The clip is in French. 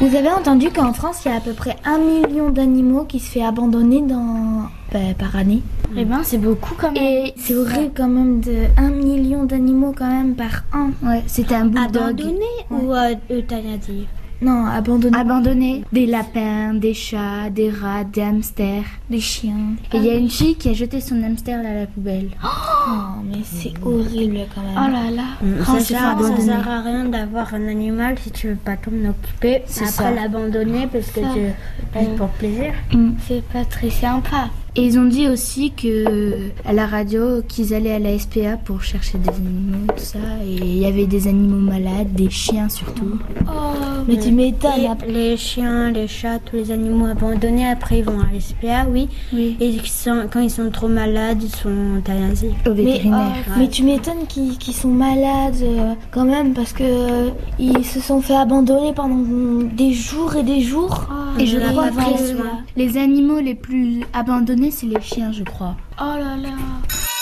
Vous avez entendu qu'en France, il y a à peu près un million d'animaux qui se fait abandonner dans... bah, par année. Mm. Eh ben, c'est beaucoup quand même. Et c'est horrible quand même de 1 million d'animaux quand même par an. Ouais, c'était un bulldog. Abandonné ou euh, euthanasié Non, abandonner Abandonné. Des lapins, des chats, des rats, des hamsters. des chiens. Et il y a une fille qui a jeté son hamster là, à la poubelle. Oh, mais c'est horrible quand même. là là. Ça Franchement, sert, ça Mm, abandonné. sert à rien d'avoir un animal si tu veux pas t'en occuper. C'est ça. Mm. Après l'abandonner parce que tu juste pour plaisir. C'est pas très sympa. Et ils ont dit aussi que à la radio qu'ils allaient à la SPA pour chercher des animaux, tout ça. Et il y avait des animaux malades, des chiens surtout. Oh, Mais tu Et m'étonnes. après. les chiens, les chats, tous les animaux abandonnés, après ils vont à l'SPA, oui. Oui. Et ils sont- quand ils sont trop malades, ils sont euthanasiés. Au Mais, vétérinaire. euh, mais tu m'étonnes qu'ils qu'ils sont malades euh, quand même parce que euh, ils se sont fait abandonner pendant des jours et des jours. Et je On a crois pas pris que soin. les animaux les plus abandonnés, c'est les chiens, je crois. Oh là là.